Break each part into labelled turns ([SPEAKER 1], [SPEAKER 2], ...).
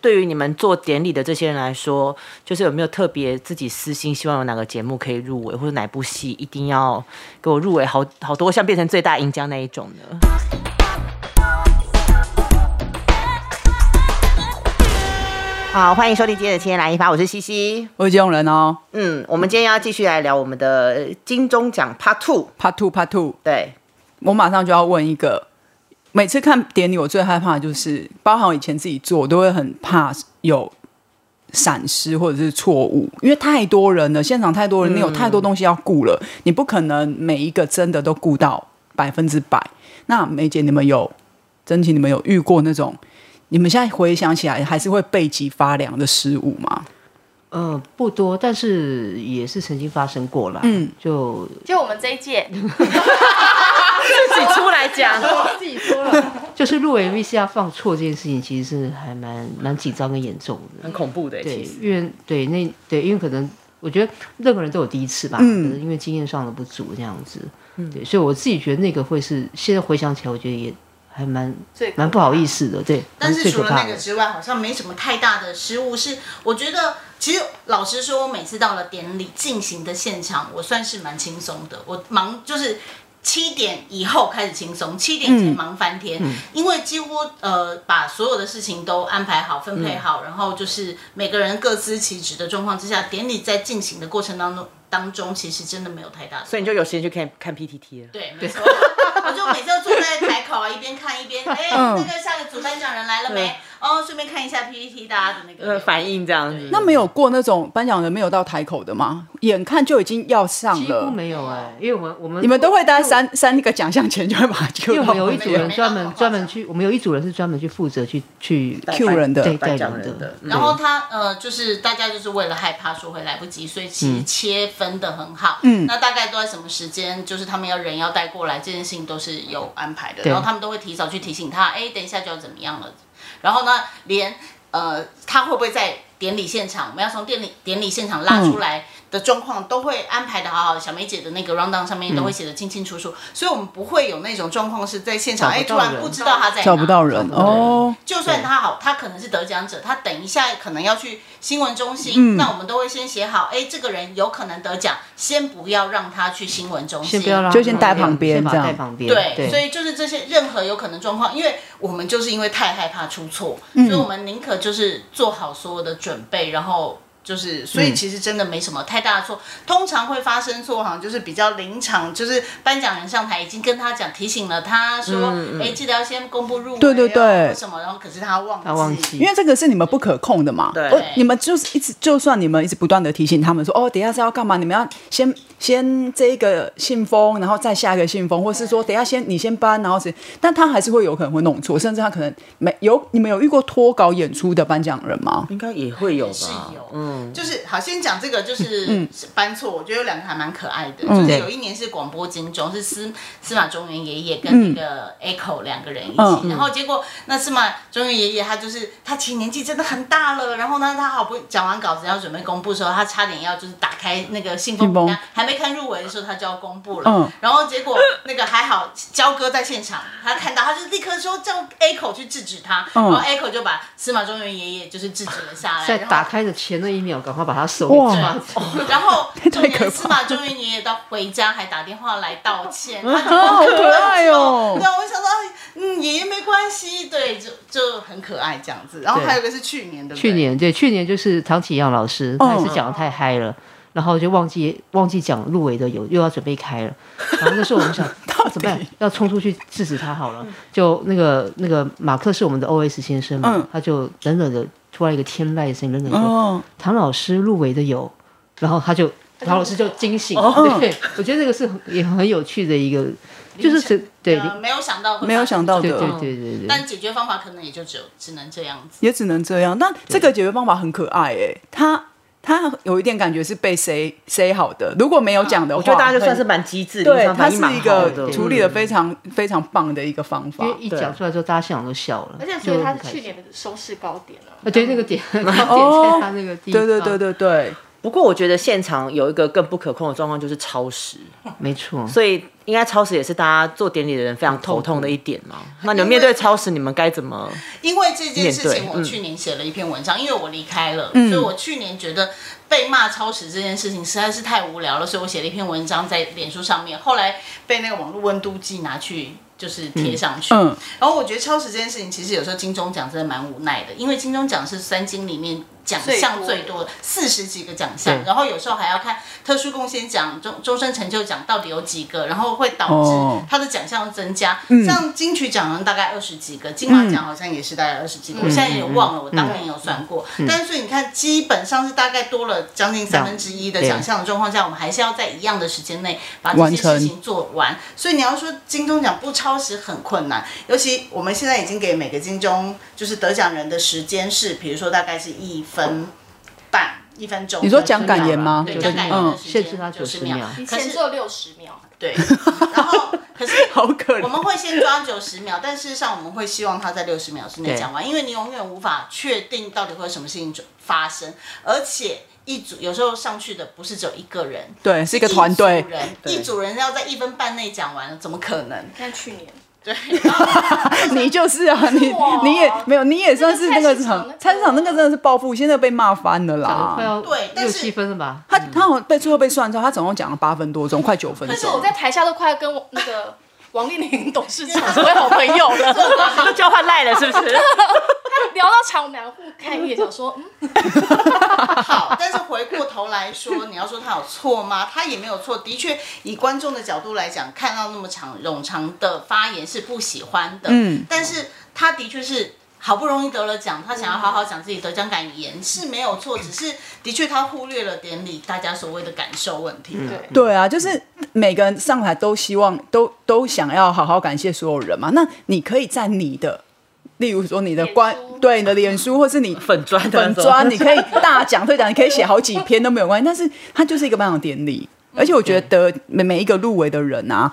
[SPEAKER 1] 对于你们做典礼的这些人来说，就是有没有特别自己私心希望有哪个节目可以入围，或者哪部戏一定要给我入围好好多项，变成最大赢家那一种呢？好，欢迎收听今天的《千天来一发》，我是西西。
[SPEAKER 2] 我是金融人哦
[SPEAKER 1] 嗯，我们今天要继续来聊我们的金钟奖 Part Two。
[SPEAKER 2] ，Part Two Part Two，
[SPEAKER 1] 对，
[SPEAKER 2] 我马上就要问一个。每次看典礼，我最害怕的就是，包含我以前自己做，我都会很怕有闪失或者是错误，因为太多人了，现场太多人，你有太多东西要顾了，你不可能每一个真的都顾到百分之百。那梅姐，你们有真情，你们有遇过那种，你们现在回想起来还是会背脊发凉的失误吗？
[SPEAKER 3] 嗯，不多，但是也是曾经发生过啦。
[SPEAKER 2] 嗯，
[SPEAKER 3] 就
[SPEAKER 4] 就我们这一届，
[SPEAKER 1] 自己出来讲。
[SPEAKER 4] 自己说了，
[SPEAKER 3] 就是入围 VCR 放错这件事情，其实是还蛮蛮紧张跟严重的。
[SPEAKER 1] 很 恐怖的，
[SPEAKER 3] 对
[SPEAKER 1] 其实，
[SPEAKER 3] 因为对那对，因为可能我觉得任何人都有第一次吧，
[SPEAKER 2] 嗯
[SPEAKER 3] 可能因为经验上的不足这样子。对，所以我自己觉得那个会是现在回想起来，我觉得也还蛮
[SPEAKER 4] 最可怕
[SPEAKER 3] 蛮不好意思的。对，
[SPEAKER 5] 但
[SPEAKER 3] 蛮
[SPEAKER 5] 是
[SPEAKER 3] 最
[SPEAKER 5] 除
[SPEAKER 3] 可
[SPEAKER 5] 了
[SPEAKER 3] 怕
[SPEAKER 5] 那个
[SPEAKER 3] 的
[SPEAKER 5] 之外，好像没什么太大的失误。是我觉得，其实老实说，我每次到了典礼进行的现场，我算是蛮轻松的。我忙就是七点以后开始轻松，七点前忙翻天，因为几乎呃把所有的事情都安排好、分配好，然后就是每个人各司其职的状况之下，典礼在进行的过程当中当中，其实真的没有太大的
[SPEAKER 1] 所以你就有时间去看看 PTT 了。
[SPEAKER 5] 对，没错。我就每次都坐在台口啊，一边看一边，哎、那个下个主颁奖人来了没？哦，顺便看一下 PPT 大家的那
[SPEAKER 1] 呃，
[SPEAKER 5] 个
[SPEAKER 1] 反应这样子。
[SPEAKER 2] 那没有过那种颁奖人没有到台口的吗？眼看就已经要上
[SPEAKER 3] 几乎
[SPEAKER 2] 了，
[SPEAKER 3] 没有哎、因为我们我们
[SPEAKER 2] 你们都会待
[SPEAKER 3] 因为
[SPEAKER 2] 三三个奖项前就会把它 Q
[SPEAKER 3] 因为我
[SPEAKER 2] 到
[SPEAKER 3] 们有一
[SPEAKER 2] 旁
[SPEAKER 3] 组
[SPEAKER 2] 边
[SPEAKER 3] 人专门专门去，我们有一组人是专门去负责去去
[SPEAKER 2] Q 人的
[SPEAKER 3] 对
[SPEAKER 1] 颁
[SPEAKER 3] 带
[SPEAKER 1] 奖
[SPEAKER 3] 人
[SPEAKER 1] 人的
[SPEAKER 3] 的，
[SPEAKER 1] 嗯
[SPEAKER 5] 然后他呃，就是大家就是为了害怕说会来不及，所以其
[SPEAKER 3] 嗯
[SPEAKER 5] 实切分的很好。嗯，那大概都在什么时间？就是他们要人要带过来，这件事情都是有安排的。
[SPEAKER 3] 对
[SPEAKER 5] 然后他们都会提早去提醒他，哎，等一下就要怎么样了。然后呢，连呃，他会不会在典礼现场，我们要从典礼典礼现场拉
[SPEAKER 3] 嗯
[SPEAKER 5] 出来的状况，都会安排的好好的。小梅姐的那个 round down 上面
[SPEAKER 3] 嗯
[SPEAKER 5] 都会写的清清楚楚，所以我们不会有那种状况是在现场，
[SPEAKER 3] 找
[SPEAKER 5] 哎，
[SPEAKER 3] 不
[SPEAKER 5] 突
[SPEAKER 3] 到人
[SPEAKER 5] 然不知道他在哪，
[SPEAKER 2] 找不到人哦。
[SPEAKER 5] 就算他好，他可能是得奖者，他等一下可能要去新闻中心，
[SPEAKER 3] 嗯
[SPEAKER 5] 那我们都会先写好，哎，这个人有可能得奖，先不要让他去新闻中心，
[SPEAKER 3] 先不要让
[SPEAKER 2] 就先带旁边
[SPEAKER 3] 先把
[SPEAKER 2] 这
[SPEAKER 3] 他
[SPEAKER 2] 样
[SPEAKER 3] 带旁边，
[SPEAKER 5] 对，所
[SPEAKER 3] 对，
[SPEAKER 5] 以就是这些任何有可能状况，因为我们就是因为太害怕出错，
[SPEAKER 3] 嗯
[SPEAKER 5] 所以我们宁可就是做好所有的准备，然后就是，所
[SPEAKER 3] 嗯
[SPEAKER 5] 以其实真的没什么太大的错。通常会发生错，好像就是比较临场，就是颁奖人上台已经跟他讲提醒了他说，哎、
[SPEAKER 3] 嗯
[SPEAKER 5] 记得要先公布入围哦，
[SPEAKER 2] 对对对
[SPEAKER 5] 或什么，然后可是他忘记，
[SPEAKER 3] 他忘记，
[SPEAKER 2] 因为这个是你们不可控的嘛，
[SPEAKER 1] 对
[SPEAKER 2] 哦你们就是一直，就算你们一直不断的提醒他们说，哦，等一下是要干嘛？你们要先先这一个信封，然后再下一个信封，或是说等一下先你先搬，然后是，但他还是会有可能会弄错，甚至他可能没有。你们有遇过脱稿演出的颁奖人吗？
[SPEAKER 1] 应该也会有
[SPEAKER 5] 是
[SPEAKER 1] 吧
[SPEAKER 5] 有？
[SPEAKER 1] 嗯，
[SPEAKER 5] 就是好，先讲这个就是搬错，我觉得有两个还蛮可爱的，就是有一年是广播金钟，是司司马中原爷爷跟那个 Echo 两个人一起，
[SPEAKER 2] 嗯
[SPEAKER 5] 然后结果那司马中原爷爷他就是他其实年纪真的很大了，然后呢他好不讲完稿子要准备公布的时候，他差点要就是打开那个信封
[SPEAKER 2] 信封
[SPEAKER 5] 名单，还没看入围的时候他就要公布了，
[SPEAKER 2] 嗯
[SPEAKER 5] 然后结果那个还好焦哥在现场，他看到他就立刻说叫 Echo 去制止他，然后 Echo 就把司马中原爷爷就是制止了下来，
[SPEAKER 3] 在
[SPEAKER 5] 然后
[SPEAKER 3] 打开的前那一秒，赶快把他手
[SPEAKER 2] 哇
[SPEAKER 3] 给抓住，
[SPEAKER 5] 然后重
[SPEAKER 2] 太可怕了
[SPEAKER 5] 点司马中原爷爷到回家还打电话来道歉，
[SPEAKER 2] 啊，
[SPEAKER 5] 好
[SPEAKER 2] 好可爱哦、
[SPEAKER 5] 对，我想说，哎嗯，爷爷没关系，对，就就很可爱这样子。然后
[SPEAKER 3] 对
[SPEAKER 5] 还有一个是去年的，对不对
[SPEAKER 3] 去年对，去年就是唐启阳老
[SPEAKER 2] 嗯
[SPEAKER 3] 师，他也是讲的太嗨了。然后就忘记忘记讲入围的有又要准备开了，然后那时候我们 想怎么办？要冲出去制止他好了。就那个那个马克是我们的 O S 先生嘛，
[SPEAKER 2] 嗯
[SPEAKER 3] 他就冷冷的突然一个天籁的声音，冷冷地 说：“
[SPEAKER 2] 哦，
[SPEAKER 3] 唐老师入围的有，然后他就唐老师就惊醒。
[SPEAKER 4] 哦
[SPEAKER 3] 对，我觉得这个是很也很有趣的一个，就是是对
[SPEAKER 4] 啊
[SPEAKER 5] 呃没有想到，
[SPEAKER 2] 没有想到
[SPEAKER 3] 对
[SPEAKER 2] 的，
[SPEAKER 3] 对对对对，
[SPEAKER 5] 但解决方法可能也就只有只能这样子。
[SPEAKER 2] 也只能这样。但这个解决方法很可爱哎、他他有一点感觉是被谁谁好的，如果没有讲的
[SPEAKER 1] 啊
[SPEAKER 2] 话，
[SPEAKER 1] 我觉得大家就算是
[SPEAKER 2] 很
[SPEAKER 1] 蛮机智，临
[SPEAKER 2] 对，
[SPEAKER 1] 场
[SPEAKER 2] 他
[SPEAKER 1] 反应
[SPEAKER 2] 是
[SPEAKER 1] 蛮
[SPEAKER 2] 一
[SPEAKER 1] 好
[SPEAKER 2] 个
[SPEAKER 1] 的。
[SPEAKER 2] 处理的非常非常棒的一个方法
[SPEAKER 3] 因。为一讲出来之后，大家现场都笑了，
[SPEAKER 4] 而且所以他
[SPEAKER 3] 就很开
[SPEAKER 4] 是去
[SPEAKER 3] 心
[SPEAKER 4] 年的收视高点了。
[SPEAKER 3] 啊，对那个 点高点
[SPEAKER 2] 哦
[SPEAKER 3] 在他那个地
[SPEAKER 2] 对
[SPEAKER 3] 方，
[SPEAKER 2] 对对，对对，
[SPEAKER 1] 不过我觉得现场有一个更不可控的状况就是超时，
[SPEAKER 3] 没错，
[SPEAKER 1] 所以应该超时也是大家做典礼的人非常头痛的一点嘛。嗯那你们面对超时，你们该怎么？
[SPEAKER 5] 因为这件事情，
[SPEAKER 1] 面对
[SPEAKER 5] 我
[SPEAKER 1] 嗯
[SPEAKER 5] 去年写了一篇文章，因为我离开了，所以我去年觉得被骂超时这件事情实在是太无聊了，所以我写了一篇文章在脸书上面，后来被那个网络温度计拿去就是贴上去。
[SPEAKER 2] 嗯，
[SPEAKER 5] 然后我觉得超时这件事情，其实有时候金钟奖真的蛮无奈的，因为金钟奖是三金里面奖项最多的四十几个奖项，然后有时候还要看特殊贡献奖、终终身成就奖到底有几个，然后会导
[SPEAKER 2] 哦
[SPEAKER 5] 致它的奖项增加。
[SPEAKER 2] 嗯
[SPEAKER 5] 像金曲奖好像大概二十几个，金马奖好像也是大概二十几
[SPEAKER 2] 嗯
[SPEAKER 5] 个，我现在也忘了，我当年有算过。但是所以你看，基本上是大概多了将近三分之一的
[SPEAKER 3] 对
[SPEAKER 5] 奖项的状况下，我们还是要在一样的时间内把这
[SPEAKER 2] 完
[SPEAKER 5] 些事
[SPEAKER 2] 成
[SPEAKER 5] 情做完。所以你要说金钟奖不超时很困难，尤其我们现在已经给每个金钟就是得奖人的时间是，比如说大概是一分半。一分钟，
[SPEAKER 2] 你说讲感言吗
[SPEAKER 5] 对，
[SPEAKER 2] 嗯
[SPEAKER 5] 讲感言的时间
[SPEAKER 3] 限制它
[SPEAKER 5] 九十
[SPEAKER 3] 90秒
[SPEAKER 4] 以
[SPEAKER 5] 可
[SPEAKER 4] 前
[SPEAKER 5] 是
[SPEAKER 4] 只有六十秒，啊
[SPEAKER 5] 对，然后可是
[SPEAKER 2] 好可
[SPEAKER 5] 我
[SPEAKER 2] 怜。
[SPEAKER 5] 们会先抓九十秒，但事实上我们会希望他在六十秒之内讲完，因为你永远无法确定到底会有什么事情发生，而且一组有时候上去的不是只有一个人，
[SPEAKER 2] 对，是一个团
[SPEAKER 5] 一
[SPEAKER 2] 队
[SPEAKER 5] 组，人一组人要在一分半内讲完，怎么可能？
[SPEAKER 4] 你看去年
[SPEAKER 2] 你就是啊，你
[SPEAKER 4] 哇
[SPEAKER 2] 你也没有，你也算是那个
[SPEAKER 4] 那个菜市场
[SPEAKER 2] 场
[SPEAKER 4] 那个
[SPEAKER 2] 菜市场那个真的是暴富，现在被骂翻了
[SPEAKER 3] 讲得快
[SPEAKER 2] 啦。
[SPEAKER 3] 要
[SPEAKER 5] 对但
[SPEAKER 3] 六
[SPEAKER 5] 是
[SPEAKER 3] 七分了吧？
[SPEAKER 2] 他他好像被最后被算之后，他总共讲了八分多钟，快九分
[SPEAKER 4] 可是我
[SPEAKER 2] 钟。
[SPEAKER 4] 在台下都快跟我那 个王丽玲董事长成为好朋友了。
[SPEAKER 1] 就要换赖了，是不 是？
[SPEAKER 4] 聊到场，我们两个互看一眼，想说，嗯，
[SPEAKER 5] 好，但是回过头来说，你要说他有错吗？他也没有错，的确，以观众的角度来讲，看到那么长冗长的发言是不喜欢的。
[SPEAKER 2] 嗯，
[SPEAKER 5] 但是他的确是好不容易得了奖，他想要好好讲自己得奖感言是没有错，只是的确他忽略了典礼大家所谓的感受问题。
[SPEAKER 1] 嗯
[SPEAKER 4] 对，
[SPEAKER 2] 对啊，就是每个人上台都希望都都想要好好感谢所有人嘛。那你可以在你的，例如说你的
[SPEAKER 4] 脸
[SPEAKER 2] 官
[SPEAKER 4] 书
[SPEAKER 2] 对你的脸书，或是你
[SPEAKER 1] 粉砖的那
[SPEAKER 2] 粉
[SPEAKER 1] 种
[SPEAKER 2] 砖，你可以大讲特讲，你可以写好几篇都没有关系。但是它就是一个颁奖典礼，
[SPEAKER 1] 嗯
[SPEAKER 2] 而且我觉得每每一个入围的人啊，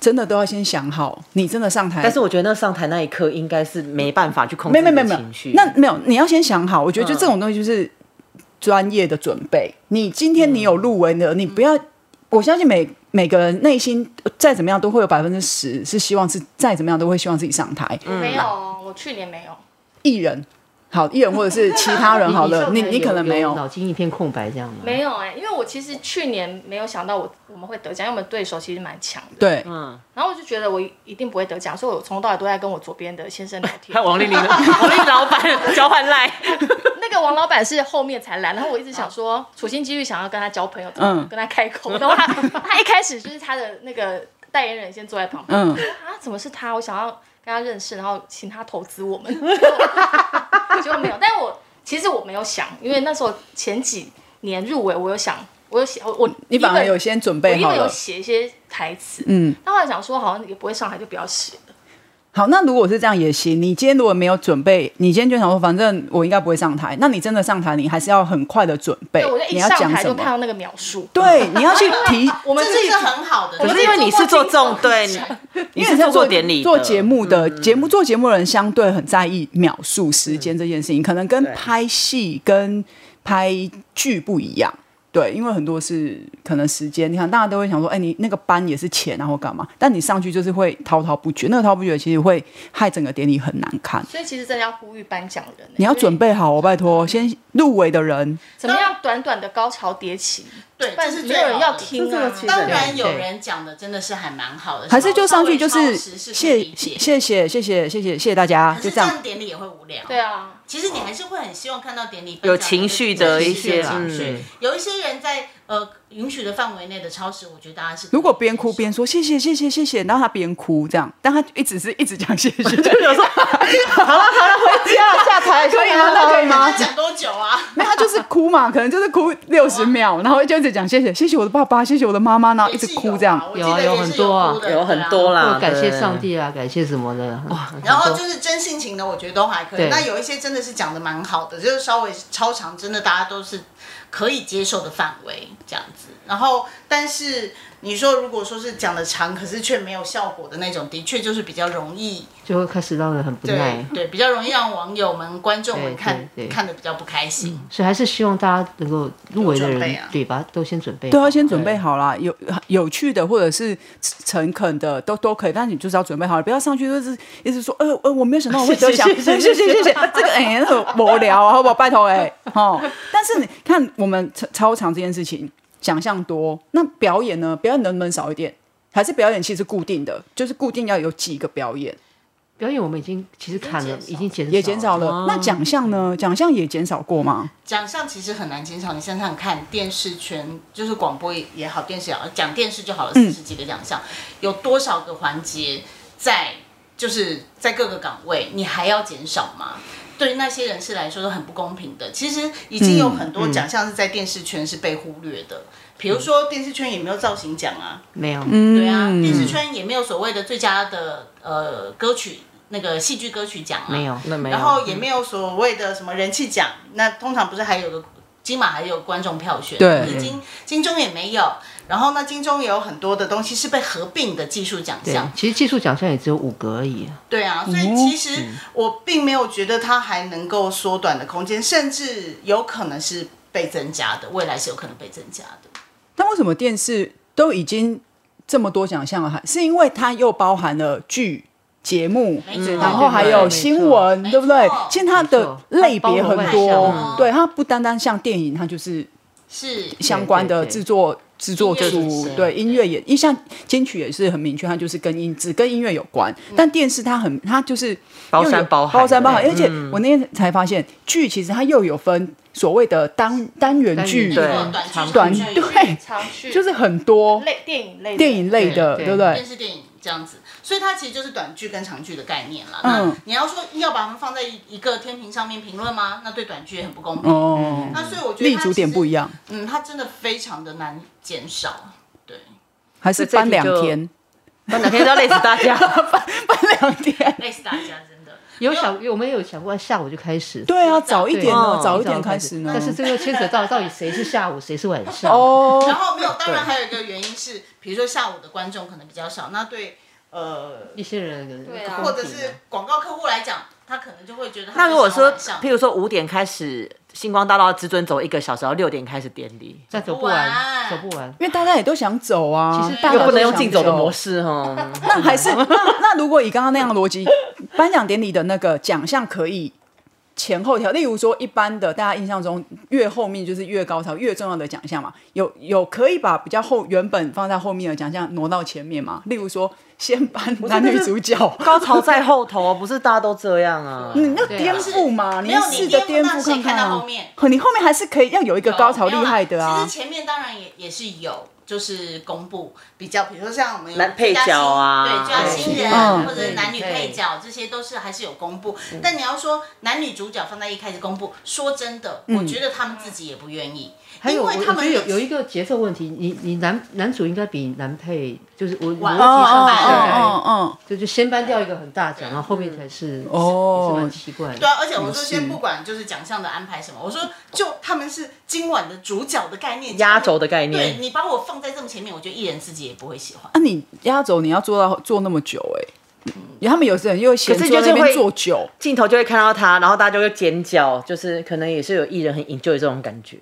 [SPEAKER 2] 真的都要先想好，你真的上台，
[SPEAKER 1] 但是我觉得那上台那一刻应该是没办法去控
[SPEAKER 2] 没
[SPEAKER 1] 制
[SPEAKER 2] 有没有没
[SPEAKER 1] 你
[SPEAKER 2] 有
[SPEAKER 1] 的
[SPEAKER 2] 没有
[SPEAKER 1] 情绪。
[SPEAKER 2] 那没有，你要先想好。我觉得就
[SPEAKER 1] 嗯
[SPEAKER 2] 这种东西就是专业的准备。你今天
[SPEAKER 4] 嗯
[SPEAKER 2] 你有入围的，你不要，我相信每每个人内心呃再怎么样都会有百分之十是希望是再怎么样都会希望自己上台。
[SPEAKER 4] 没有，我去年没有，
[SPEAKER 2] 艺人好，艺人或者是其他 人好了，你
[SPEAKER 3] 上台
[SPEAKER 2] 你可能没有。
[SPEAKER 3] 脑筋一片空白这样吗？
[SPEAKER 4] 没有哎、因为我其实去年没有想到我我们会得奖，因为我们对手其实蛮强的，
[SPEAKER 2] 对，
[SPEAKER 1] 嗯，
[SPEAKER 4] 然后我就觉得我一定不会得奖，所以我从头到尾都在跟我左边的先生聊天
[SPEAKER 1] 看。王丽玲， 王丽玲老板交换赖，
[SPEAKER 4] 那个王老板是后面才来，然后我一直想说，处心积虑想要跟他交朋友，
[SPEAKER 2] 嗯
[SPEAKER 4] 跟他开口，然后他他一开始就是他的那个代言人先坐在旁边。
[SPEAKER 2] 嗯，
[SPEAKER 4] 啊，怎么是他？我想要跟他认识，然后请他投资我们， 结果结果没有。但我其实我没有想，因为那时候前几年入围，我有想，我有写，我我
[SPEAKER 2] 你反而有
[SPEAKER 4] 写，
[SPEAKER 2] 先准
[SPEAKER 4] 我
[SPEAKER 2] 备
[SPEAKER 4] 因
[SPEAKER 2] 好
[SPEAKER 4] 为有
[SPEAKER 2] 了。
[SPEAKER 4] 写一些台词，
[SPEAKER 2] 嗯，
[SPEAKER 4] 但后来想说好像也不会上台，就不要写了。
[SPEAKER 2] 好，那如果是这样也行。你今天如果没有准备，你今天就想说，反正我应该不会上台。那你真的上台，你还是要很快的准备
[SPEAKER 4] 对，我就。
[SPEAKER 2] 你
[SPEAKER 4] 一
[SPEAKER 2] 要
[SPEAKER 4] 上
[SPEAKER 2] 讲
[SPEAKER 4] 台
[SPEAKER 2] 什
[SPEAKER 4] 就看
[SPEAKER 2] 么？
[SPEAKER 4] 到那个描述，
[SPEAKER 2] 对，你要去提
[SPEAKER 4] 我们
[SPEAKER 5] 这
[SPEAKER 4] 自己
[SPEAKER 5] 是很好的，
[SPEAKER 1] 可
[SPEAKER 5] 就是
[SPEAKER 1] 因为你是做重对，你你
[SPEAKER 2] 因为
[SPEAKER 1] 是
[SPEAKER 2] 你在
[SPEAKER 1] 做
[SPEAKER 2] 做
[SPEAKER 1] 过典礼的
[SPEAKER 2] 做节目的节目做节目的人相对很在意秒数、时间这件事情，可能跟
[SPEAKER 1] 对
[SPEAKER 2] 拍戏跟拍剧不一样。对，因为很多是可能时间，你看大家都会想说，哎、你那个班也是钱啊，或干嘛？但你上去就是会滔滔不绝，那个滔滔不绝其实会害整个典礼很难看。
[SPEAKER 4] 所以其实真的要呼吁颁奖人、
[SPEAKER 2] 你要准
[SPEAKER 4] 备
[SPEAKER 2] 备好哦，拜托，先入围的人，
[SPEAKER 4] 怎么样短短的高潮迭起，
[SPEAKER 5] 对，
[SPEAKER 4] 不然
[SPEAKER 5] 这是
[SPEAKER 4] 没
[SPEAKER 5] 最
[SPEAKER 4] 有人
[SPEAKER 5] 好
[SPEAKER 4] 要
[SPEAKER 5] 的。
[SPEAKER 3] 这
[SPEAKER 4] 听
[SPEAKER 3] 个
[SPEAKER 4] 啊。
[SPEAKER 3] 其实
[SPEAKER 5] 当
[SPEAKER 3] 对
[SPEAKER 5] 然有人讲的真的是还蛮好的，
[SPEAKER 2] 还是就上去就
[SPEAKER 5] 稍微
[SPEAKER 2] 是
[SPEAKER 5] 超时是可以
[SPEAKER 2] 谢
[SPEAKER 5] 理解
[SPEAKER 2] 谢谢谢谢谢谢谢谢大家，
[SPEAKER 5] 可
[SPEAKER 2] 就是这
[SPEAKER 5] 这
[SPEAKER 2] 样。
[SPEAKER 5] 样典礼也会无聊。
[SPEAKER 4] 对啊，
[SPEAKER 5] 其实你还是会很希望看到典礼
[SPEAKER 1] 有情绪的一些
[SPEAKER 5] 情绪
[SPEAKER 1] 嗯。
[SPEAKER 5] 有一些人在呃允许的范围内的超时，我觉得大家是
[SPEAKER 2] 如果边哭边说谢谢谢谢谢谢，然后他边哭这样，但他一直是一直讲谢谢， 就有时候好了好了回家下台可以吗？那可以
[SPEAKER 5] 啊那
[SPEAKER 2] 吗？
[SPEAKER 5] 讲多久啊？
[SPEAKER 2] 那他就是哭嘛，可能就是哭六十秒，然后就一直讲谢谢谢谢我的爸爸，谢谢我的妈妈，然后 一直哭这样。
[SPEAKER 5] 也是有啊，我记
[SPEAKER 3] 有啊
[SPEAKER 5] 得
[SPEAKER 3] 有
[SPEAKER 5] 也是
[SPEAKER 3] 很多啊
[SPEAKER 5] 哭的
[SPEAKER 1] 有很多。
[SPEAKER 5] 对啊
[SPEAKER 1] 啦，
[SPEAKER 3] 或感谢
[SPEAKER 1] 对
[SPEAKER 3] 上。帝啊，感谢什么的。哇，
[SPEAKER 5] 然后就是真性情的，我觉得都还可以。
[SPEAKER 3] 对
[SPEAKER 5] 那有一些真的是讲的蛮好的，就是稍微超长，真的大家都是可以接受的范围这样子。然后，但是你说如果说是讲的长，可是却没有效果的那种，的确就是比较容易
[SPEAKER 3] 就会开始让人很不耐
[SPEAKER 5] 对。对，比较容易让网友们、观众
[SPEAKER 3] 对
[SPEAKER 5] 们看
[SPEAKER 3] 对对嗯
[SPEAKER 5] 看的比较不开心。
[SPEAKER 3] 所以还是希望大家能够入围的
[SPEAKER 5] 有准备
[SPEAKER 3] 人
[SPEAKER 5] 啊，
[SPEAKER 3] 对吧？都先准备好，
[SPEAKER 2] 对，要先准备好啦，有有趣的或者是诚恳的都都可以，但你就是要准备好，不要上去就是一直说，呃呃，我没有想 到我会得奖，谢谢谢谢谢谢，这个哎、很无聊啊，好不好？拜托 哎、哦，但是你看我们操操场这件事情，想象多，那表演呢？表演能不能少一点？还是表演其实固定的，就是固定要有几个表演，
[SPEAKER 3] 表演我们已经其实看了，已经减
[SPEAKER 2] 也减少了。那奖项呢？奖项也减少过吗？
[SPEAKER 5] 奖项其实很难减少，你想想看，电视圈就是广播也好，电视也好，讲电视就好了，
[SPEAKER 3] 嗯
[SPEAKER 5] 四十几个奖项，有多少个环节在就是在各个岗位，你还要减少吗？对于那些人士来说都很不公平的。其实已
[SPEAKER 3] 嗯
[SPEAKER 5] 经有很多奖项是在电视圈是被忽略的，比如说电视圈也没有造型奖啊，
[SPEAKER 3] 没有，
[SPEAKER 5] 对啊，
[SPEAKER 2] 嗯
[SPEAKER 5] 电视圈也没有所谓的最佳的呃歌曲那个戏剧歌曲奖啊，
[SPEAKER 3] 没有，
[SPEAKER 1] 那没有，
[SPEAKER 5] 然后也没有所谓的什么人气奖，那通常不是还有个金马还有观众票选，
[SPEAKER 2] 对
[SPEAKER 5] 可是金金钟也没有。然后呢，金钟也有很多的东西是被合并的技术奖
[SPEAKER 3] 对
[SPEAKER 2] 啊
[SPEAKER 5] 项，，
[SPEAKER 3] 其实技术奖项也只有五个而已啊。
[SPEAKER 5] 对啊，所以其实我并没有觉得它还能够缩短的空间，甚至有可能是被增加的，未来是有可能被增加的。
[SPEAKER 2] 但为什么电视都已经这么多奖项了，还是因为它又包含了剧、节目，
[SPEAKER 5] 没错
[SPEAKER 2] 然后还有新闻，
[SPEAKER 5] 没错
[SPEAKER 2] 对不对
[SPEAKER 5] 没错？
[SPEAKER 2] 其实它的类别很
[SPEAKER 3] 它包
[SPEAKER 5] 罗万
[SPEAKER 2] 多
[SPEAKER 5] 象，
[SPEAKER 2] 对它不单单像电影，它就是
[SPEAKER 5] 是
[SPEAKER 2] 相关的
[SPEAKER 3] 对对对
[SPEAKER 2] 制作。制作
[SPEAKER 5] 音乐也
[SPEAKER 2] 出
[SPEAKER 5] 是
[SPEAKER 2] 对音乐也，一像金曲也是很明确，它就是跟音只跟音乐有关。但电视它很，它就是
[SPEAKER 1] 包
[SPEAKER 2] 又有
[SPEAKER 1] 山包海，
[SPEAKER 2] 包山包海。
[SPEAKER 1] 对
[SPEAKER 2] 而且我那天才发现，剧其实它又有分所谓的单单元剧、
[SPEAKER 3] 单
[SPEAKER 5] 短
[SPEAKER 3] 元
[SPEAKER 5] 短剧、
[SPEAKER 2] 短
[SPEAKER 5] 剧
[SPEAKER 2] 对，
[SPEAKER 4] 常去
[SPEAKER 2] 就是很多
[SPEAKER 4] 类电影类的
[SPEAKER 2] 电影类的，
[SPEAKER 3] 对
[SPEAKER 2] 对不
[SPEAKER 5] 电
[SPEAKER 2] 对？
[SPEAKER 5] 视电影这样子，所以它其实就是短剧跟长剧的概念啦。
[SPEAKER 2] 嗯
[SPEAKER 5] 那你要说要把它们放在一个天平上面评论吗？那对短剧也很不公平。
[SPEAKER 2] 哦，
[SPEAKER 5] 那所以我觉得
[SPEAKER 2] 立
[SPEAKER 5] 它
[SPEAKER 2] 足
[SPEAKER 5] 其
[SPEAKER 2] 点
[SPEAKER 5] 实
[SPEAKER 2] 不一，样，
[SPEAKER 5] 嗯，它真的非常的难减少。对，
[SPEAKER 2] 还是
[SPEAKER 1] 所以这
[SPEAKER 2] 搬
[SPEAKER 1] 题
[SPEAKER 2] 两
[SPEAKER 1] 就
[SPEAKER 2] 天，
[SPEAKER 1] 那哪天都要累死大 家。
[SPEAKER 2] 搬两天。
[SPEAKER 5] 累死大家，真的。
[SPEAKER 3] 有想，我们有想过下午就开始，
[SPEAKER 2] 对啊，早一点呢，
[SPEAKER 1] 嗯
[SPEAKER 3] 哦
[SPEAKER 2] 早一点开始呢。
[SPEAKER 3] 但是这个牵扯到到底谁是下午，谁是晚上。
[SPEAKER 5] 然
[SPEAKER 2] 哦，
[SPEAKER 5] 后没有，当然还有一个原因是，比如说下午的观众可能比较少，那对呃，
[SPEAKER 3] 一些人
[SPEAKER 4] 对啊
[SPEAKER 5] 或者是广告客户来讲，他可能就会觉得他
[SPEAKER 1] 那如果
[SPEAKER 5] 就是要
[SPEAKER 1] 说，
[SPEAKER 5] 晚上
[SPEAKER 1] 譬如说五点开始星光大道至尊走一个小时，然后六点开始典礼，
[SPEAKER 3] 再走不
[SPEAKER 5] 完
[SPEAKER 3] 完，走不完。
[SPEAKER 2] 因为大家也都想走啊，
[SPEAKER 3] 其实
[SPEAKER 2] 大家
[SPEAKER 1] 又
[SPEAKER 2] 都
[SPEAKER 1] 不能用
[SPEAKER 2] 想
[SPEAKER 1] 竞走的模。式哦。
[SPEAKER 2] 那还 是那那如果以刚刚那样的逻辑，颁奖典礼的那个奖项可以前后调，例如说一般的大家印象中越后面就是越高潮、越重要的奖项嘛，有有可以把比较后原本放在后面的奖项挪到前面嘛，例如说先颁男女主 角，
[SPEAKER 1] 高潮在后头哦，不是大家都这样啊。
[SPEAKER 2] 你要
[SPEAKER 3] 对啊
[SPEAKER 2] 颠覆嘛？
[SPEAKER 5] 没有
[SPEAKER 2] 要试着
[SPEAKER 5] 你颠
[SPEAKER 2] 颠
[SPEAKER 5] 覆
[SPEAKER 2] 覆
[SPEAKER 5] 到
[SPEAKER 2] 看看
[SPEAKER 5] 谁看到
[SPEAKER 2] 啊
[SPEAKER 5] 后面。
[SPEAKER 2] 可你后面还是可以要有一个
[SPEAKER 5] 有
[SPEAKER 2] 高潮厉
[SPEAKER 5] 没有啦
[SPEAKER 2] 害的啊
[SPEAKER 5] 其实。前面当然也也是有，就是公布比较，比如说像我们有
[SPEAKER 1] 男配角啊
[SPEAKER 5] 最佳新对，最佳新
[SPEAKER 2] 嗯
[SPEAKER 5] 人或者男女配角，这些都是还是有公布。
[SPEAKER 1] 嗯
[SPEAKER 5] 但你要说男女主角放在一开始公布，说真的，我觉得他们自己也不愿意，
[SPEAKER 3] 还有，
[SPEAKER 5] 因
[SPEAKER 3] 我
[SPEAKER 5] 为
[SPEAKER 3] 我
[SPEAKER 5] 他
[SPEAKER 3] 觉
[SPEAKER 5] 们
[SPEAKER 3] 得有有
[SPEAKER 5] 一
[SPEAKER 3] 一个节奏问题，你你男男主应该比男配就是我
[SPEAKER 5] 晚
[SPEAKER 3] 逻辑
[SPEAKER 5] 哦
[SPEAKER 3] 上
[SPEAKER 5] 哦
[SPEAKER 3] 来
[SPEAKER 5] 哦
[SPEAKER 3] 讲，
[SPEAKER 2] 哦
[SPEAKER 3] 就就先搬掉一个很大奖，然后后面才是
[SPEAKER 2] 哦
[SPEAKER 3] 也是蛮奇怪
[SPEAKER 5] 对
[SPEAKER 3] 的。
[SPEAKER 5] 啊，而且我说先不管就是奖项的安排什么，我说就他们是今晚的主角的概念，
[SPEAKER 1] 压轴的概
[SPEAKER 5] 对
[SPEAKER 1] 念，
[SPEAKER 5] 你把我放在这么前面，我觉得艺人自己也不会喜欢。
[SPEAKER 2] 啊，你压轴你要做到做那么久哎，
[SPEAKER 5] 嗯
[SPEAKER 2] 他们有些人又嫌
[SPEAKER 1] 可是
[SPEAKER 2] 坐
[SPEAKER 1] 就是
[SPEAKER 2] 那边
[SPEAKER 1] 会
[SPEAKER 2] 坐久，
[SPEAKER 1] 镜头就会看到他，然后大家就会尖叫，就是可能也是有艺人很 enjoy 这种感觉。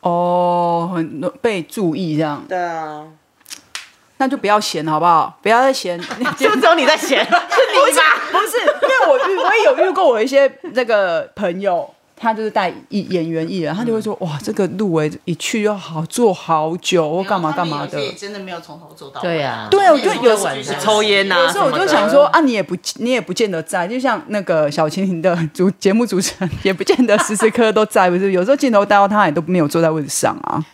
[SPEAKER 2] 哦，很被注意这样，
[SPEAKER 1] 对啊，
[SPEAKER 2] 那就不要嫌好不好？ 不要再嫌，
[SPEAKER 1] 是不是只有你在 嫌？是你吧？
[SPEAKER 2] 不是，因为我遇我也有遇过我一些那个朋友，他就是带艺演员艺人，他就会说、哇，这个入围一去又好坐好久，或干嘛干嘛
[SPEAKER 5] 他
[SPEAKER 2] 的
[SPEAKER 5] 们有。些也真的没有从头做到尾。
[SPEAKER 3] 对啊
[SPEAKER 2] 对啊我就有
[SPEAKER 1] 抽烟呐、啊，
[SPEAKER 2] 有时候我就想说，啊，你也不你也不见得在，就像那个小蜻蜓的主 节目主持人，也不见得时时刻刻都在，不是？有时候镜头带到他，也都没有坐在位置上啊。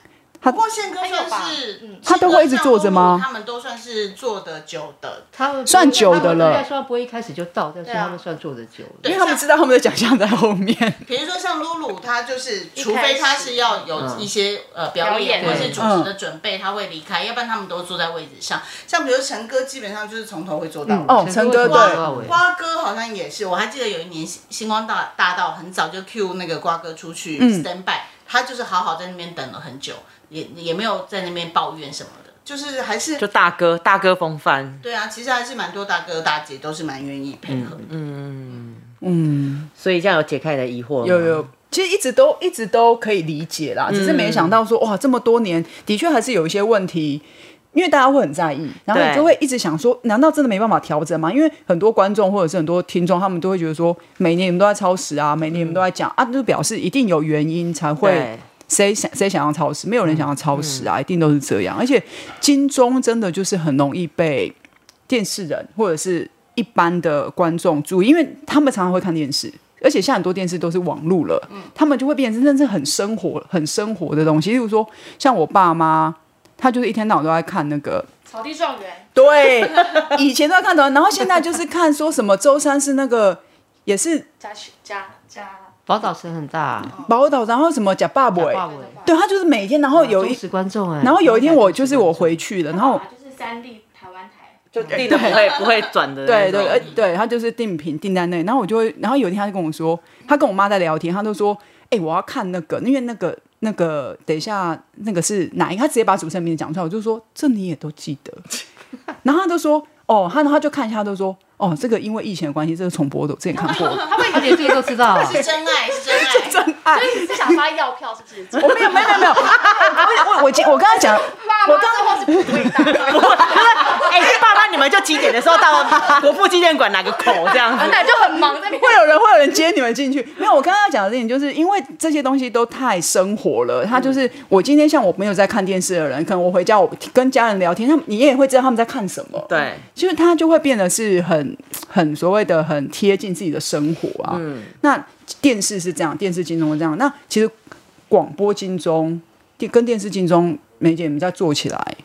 [SPEAKER 5] 不过宪哥
[SPEAKER 4] 还有吧
[SPEAKER 5] 算是
[SPEAKER 4] 嗯，
[SPEAKER 2] 他都会一直坐着吗
[SPEAKER 5] 他们都算是坐的久的，
[SPEAKER 3] 哦他们
[SPEAKER 2] 算久的了
[SPEAKER 3] 应该说不会一开始就到，但是
[SPEAKER 5] 对啊
[SPEAKER 3] 他们算坐的久了。
[SPEAKER 2] 因为他们知道他们的奖项在后面，
[SPEAKER 5] 比如说像露露，她就是
[SPEAKER 4] 始
[SPEAKER 5] 除非她是要有一些呃表演
[SPEAKER 4] 表
[SPEAKER 5] 或
[SPEAKER 4] 演
[SPEAKER 5] 者是主持
[SPEAKER 2] 嗯
[SPEAKER 5] 的准备，她会离开，要不然他们都坐在位置上。像比如陈哥，基本上就是从头会坐到尾。
[SPEAKER 2] 哦陈哥对
[SPEAKER 3] 为什么坐到尾
[SPEAKER 5] 瓜哥好像也是，我还记得有一年星星光大大道很早就 Q 那个瓜哥出去
[SPEAKER 2] 嗯
[SPEAKER 5] stand by，、他就是好好在那边等了很久，也也没有在那边抱怨什么的，就是还是
[SPEAKER 1] 就大哥大哥风范，
[SPEAKER 5] 对啊，其实还是蛮多大哥大姐都是蛮愿意配合的。
[SPEAKER 2] 嗯，
[SPEAKER 1] 所以这样有解开你的疑惑吗
[SPEAKER 2] 有有，其实一直都一直都可以理解啦，只是没想到说哇，这么多年的确还是有一些问题。因为大家会很在意，然后你
[SPEAKER 1] 对
[SPEAKER 2] 就会一直想说，难道真的没办法调整吗？因为很多观众或者是很多听众，他们都会觉得说，每年你们都在超时啊，每年你们都在讲、啊，就表示一定有原因才会
[SPEAKER 1] 对。
[SPEAKER 2] 谁想谁想要超时？没有人想要超时啊，一定都是这样。而且金钟真的就是很容易被电视人或者是一般的观众注意，因为他们常常会看电视，而且现在很多电视都是网路了，他们就会变成真的是很生活、很生活的东西。例如说，像我爸妈，他就是一天到晚都在看那个。
[SPEAKER 4] 草地状元，
[SPEAKER 2] 对， 以前都在看台湾，然后现在就是看说什么周三是那个也是
[SPEAKER 4] 加去加加
[SPEAKER 3] 宝岛城很大，
[SPEAKER 5] 嗯
[SPEAKER 2] 宝岛，然后什么假爸爸，啊
[SPEAKER 3] 大尾
[SPEAKER 2] 对他就是每天，然后有
[SPEAKER 3] 忠
[SPEAKER 2] 一，
[SPEAKER 3] 实观众哎，
[SPEAKER 2] 然后有一天我就是我回去了，然后
[SPEAKER 4] 就是三立台湾台，
[SPEAKER 1] 就定的不会不会转的那
[SPEAKER 2] 对
[SPEAKER 1] 种，
[SPEAKER 2] 对，呃对，他就是定频定在那，然后我就会，然后有一天他就跟我说，他跟我妈在聊天，他就说，哎、我要看那个，因为那个那个，等一下那个是哪一个？他直接把主持人名字讲出来，我就说这你也都记 得，然后他就说，哦，他他就看一下，他就说，哦，这个因为疫情的关系，这个重播的，我之前看过的，
[SPEAKER 3] 他连这个都知道啊，
[SPEAKER 5] 是真爱，是真 爱。
[SPEAKER 2] 真 爱。
[SPEAKER 4] 所以你是想发药票是不是？
[SPEAKER 2] 我没有没有没有没有，我我我今我刚才讲，
[SPEAKER 4] 爸 妈这话是不伟大的，
[SPEAKER 1] 哎、爸爸，你们就几点的时候到国父纪念馆哪个口这 样子？
[SPEAKER 4] 本来就很忙在那边。
[SPEAKER 2] 会有人 会有人接你们进去。没有，我刚刚要讲的事情就是因为这些东西都太生活了，他就是我今天像我没有在看电视的人，可能我回家我跟家人聊天，他们你也会知道他们在看什么。
[SPEAKER 1] 对，
[SPEAKER 2] 就是他就会变得是很很所谓的很贴近自己的生活啊。嗯，那电视是这样，电视金钟是这样，那其实广播金钟电跟电视金钟，梅姐你们在做起来。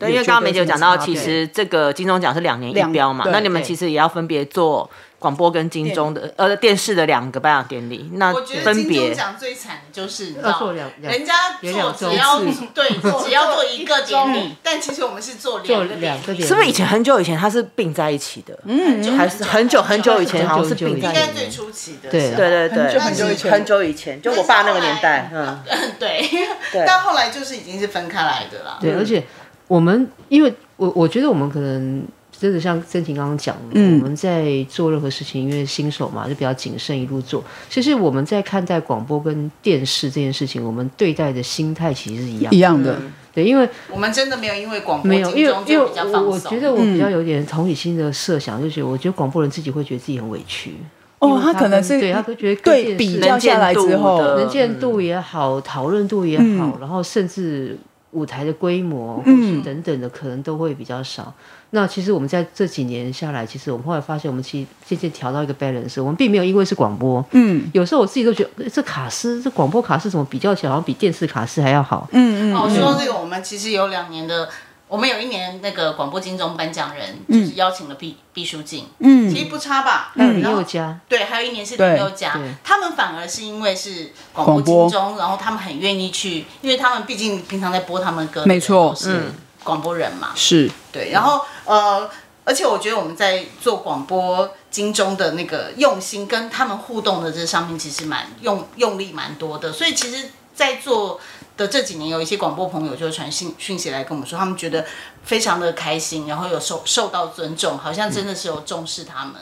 [SPEAKER 1] 对，因为刚刚梅姐有讲到，其实这个金钟奖是两年一标嘛
[SPEAKER 2] 两，对
[SPEAKER 1] 那你们其实也要分别做广播跟金钟的呃电视的两个颁奖典礼，那
[SPEAKER 5] 我觉得
[SPEAKER 1] 分
[SPEAKER 5] 金钟
[SPEAKER 1] 别
[SPEAKER 5] 奖最惨的就是你知
[SPEAKER 3] 要
[SPEAKER 5] 道
[SPEAKER 3] 做，两两
[SPEAKER 5] 人家
[SPEAKER 3] 有两
[SPEAKER 5] 做
[SPEAKER 3] 周
[SPEAKER 5] 只要
[SPEAKER 3] 是
[SPEAKER 5] 对只要做一个典
[SPEAKER 4] 一
[SPEAKER 5] 礼，但其实我们是做
[SPEAKER 3] 就
[SPEAKER 5] 两个
[SPEAKER 3] 两
[SPEAKER 5] 典
[SPEAKER 3] 个
[SPEAKER 5] 礼，
[SPEAKER 3] 点，
[SPEAKER 1] 是不是以前很久以前它是并在一起的？嗯，
[SPEAKER 5] 很久
[SPEAKER 1] 还是很久很久以前好像是并在
[SPEAKER 5] 应
[SPEAKER 1] 一起
[SPEAKER 5] 该
[SPEAKER 1] 的。
[SPEAKER 5] 最初期的
[SPEAKER 3] 对
[SPEAKER 5] 时候
[SPEAKER 1] 对对对，
[SPEAKER 2] 很久很久以前
[SPEAKER 1] 很久以前，就我爸那个年代，嗯，
[SPEAKER 5] 对，
[SPEAKER 1] 对
[SPEAKER 5] 但后来就是已经是分开来的啦。
[SPEAKER 2] 嗯
[SPEAKER 3] 对，而且我们因为我我觉得我们可能真的像曾婷刚刚讲的，
[SPEAKER 2] 嗯
[SPEAKER 3] 我们在做任何事情，因为新手嘛，就比较谨慎，一路做。其实我们在看待广播跟电视这件事情，我们对待的心态其实是一样
[SPEAKER 2] 一。样的，
[SPEAKER 3] 对，因为
[SPEAKER 5] 我们真的没有因为广播
[SPEAKER 3] 没有，因
[SPEAKER 5] 金
[SPEAKER 3] 为
[SPEAKER 5] 钟
[SPEAKER 3] 因
[SPEAKER 5] 就
[SPEAKER 3] 为
[SPEAKER 5] 比较
[SPEAKER 3] 我
[SPEAKER 5] 放
[SPEAKER 3] 我
[SPEAKER 5] 松。
[SPEAKER 3] 觉得我比
[SPEAKER 2] 嗯
[SPEAKER 3] 较有点同理心的设想，就是我觉得广播人自己会觉得自己很委屈。因
[SPEAKER 2] 哦
[SPEAKER 3] 为，
[SPEAKER 2] 他可能
[SPEAKER 3] 跟
[SPEAKER 2] 是
[SPEAKER 3] 对他会觉得跟
[SPEAKER 2] 对
[SPEAKER 3] 电
[SPEAKER 2] 比
[SPEAKER 3] 视
[SPEAKER 2] 较下来之后，
[SPEAKER 1] 能
[SPEAKER 3] 能见度也好，讨论度也好，
[SPEAKER 2] 嗯
[SPEAKER 3] 然后甚至舞台的规模或是等等的，可能都会比较少。那其实我们在这几年下来，其实我们后来发现，我们其实渐渐调到一个 balance，我们并没有因为是广播，
[SPEAKER 2] 嗯
[SPEAKER 3] 有时候我自己都觉得诶这卡司，这广播卡司怎么比较起来，好像比电视卡司还要好。
[SPEAKER 2] 嗯嗯
[SPEAKER 5] 哦，说到这个，我们其实有两年的，我们有一年那个广播金钟颁奖人，
[SPEAKER 1] 嗯
[SPEAKER 5] 就是邀请了毕毕书尽，
[SPEAKER 2] 嗯
[SPEAKER 5] 其实不差吧？
[SPEAKER 3] 还有林
[SPEAKER 5] 然后
[SPEAKER 3] 宥嘉，
[SPEAKER 5] 对，还有一年是林宥嘉
[SPEAKER 3] 对对，
[SPEAKER 5] 他们反而是因为是广
[SPEAKER 2] 广
[SPEAKER 5] 播
[SPEAKER 2] 播
[SPEAKER 5] 金钟，然后他们很愿意去，因为他们毕竟平常在播他们歌，
[SPEAKER 2] 没错，嗯
[SPEAKER 5] 是广播人嘛，
[SPEAKER 2] 是
[SPEAKER 5] 对，然后呃，而且我觉得我们在做广播金钟的那个用心跟他们互动的这上面，其实蛮用用力蛮多的，所以其实，在做的这几年，有一些广播朋友就传信讯息来跟我们说，他们觉得非常的开心，然后有受受到尊重，好像真的是有重视他们。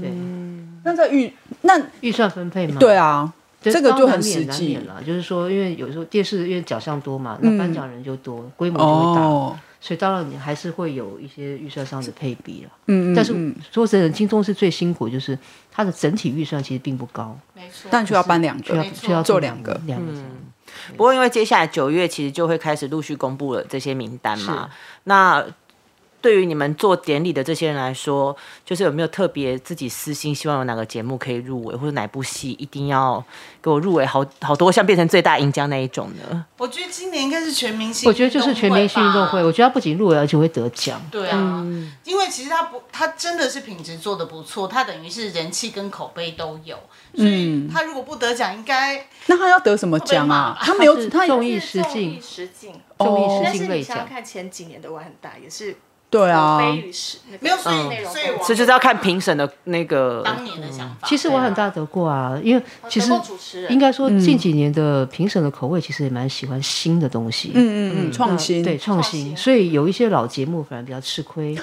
[SPEAKER 3] 对，
[SPEAKER 2] 那在预那
[SPEAKER 3] 预算分配嘛，
[SPEAKER 2] 嗯对啊，
[SPEAKER 3] 对
[SPEAKER 2] 这个就
[SPEAKER 3] 当然
[SPEAKER 2] 很
[SPEAKER 3] 难免
[SPEAKER 2] 实
[SPEAKER 3] 难
[SPEAKER 2] 际
[SPEAKER 3] 免了。就是说，因为有时候电视因为奖项多嘛，那颁奖人就多，规模就会大。
[SPEAKER 2] 嗯哦，
[SPEAKER 3] 所以当然你还是会有一些预算上的配比了。
[SPEAKER 2] 嗯，嗯
[SPEAKER 3] 但是
[SPEAKER 2] 嗯
[SPEAKER 3] 说真的，金钟是最辛苦，就是它的整体预算其实并不高，
[SPEAKER 5] 没错
[SPEAKER 2] 但却要搬两
[SPEAKER 3] 需要
[SPEAKER 2] 个，
[SPEAKER 3] 需要
[SPEAKER 2] 做两个，
[SPEAKER 3] 两个。
[SPEAKER 4] 嗯
[SPEAKER 1] 不过因为接下来九月其实就会开始陆续公布了这些名单嘛，那对于你们做典礼的这些人来说，就是有没有特别自己私心希望有哪个节目可以入围，或者哪部戏一定要给我入围好好多项，变成最大赢家那一种呢？
[SPEAKER 5] 我觉得今年应该是全明星，
[SPEAKER 3] 我觉得就是全明星运动会，。嗯我觉得它不仅入围，而且会得奖。
[SPEAKER 5] 对啊，因为其实他不，他真的是品质做的不错，他等于是人气跟口碑都有，
[SPEAKER 3] 嗯
[SPEAKER 5] 所以他如果不得奖，应该
[SPEAKER 2] 嗯那他要得什么奖啊？
[SPEAKER 5] 会
[SPEAKER 2] 他没有，
[SPEAKER 3] 是
[SPEAKER 2] 他
[SPEAKER 3] 综
[SPEAKER 2] 也
[SPEAKER 3] 艺实
[SPEAKER 4] 综艺
[SPEAKER 3] 境，
[SPEAKER 4] 实境，
[SPEAKER 3] 综
[SPEAKER 2] 哦
[SPEAKER 3] 艺
[SPEAKER 4] 但
[SPEAKER 3] 实
[SPEAKER 4] 是
[SPEAKER 3] 境
[SPEAKER 4] 你
[SPEAKER 3] 类
[SPEAKER 4] 想想
[SPEAKER 3] 奖，
[SPEAKER 4] 看，前几年的我很大也是
[SPEAKER 2] 对啊，
[SPEAKER 4] 非与实
[SPEAKER 5] 没有，所以、
[SPEAKER 4] 内容
[SPEAKER 5] 所以我
[SPEAKER 1] 所以就是要看评审的那个
[SPEAKER 5] 当年的想法。
[SPEAKER 3] 嗯其实我很大得过啊，因为其实
[SPEAKER 4] 能哦够主持人
[SPEAKER 3] 应该说
[SPEAKER 2] 嗯
[SPEAKER 3] 近几年的评审的口味其实也蛮喜欢新的东西。
[SPEAKER 2] 嗯嗯嗯，创新，
[SPEAKER 3] 对，创
[SPEAKER 4] 创
[SPEAKER 3] 新，
[SPEAKER 4] 新
[SPEAKER 3] 所以有一些老节目反而比较吃亏。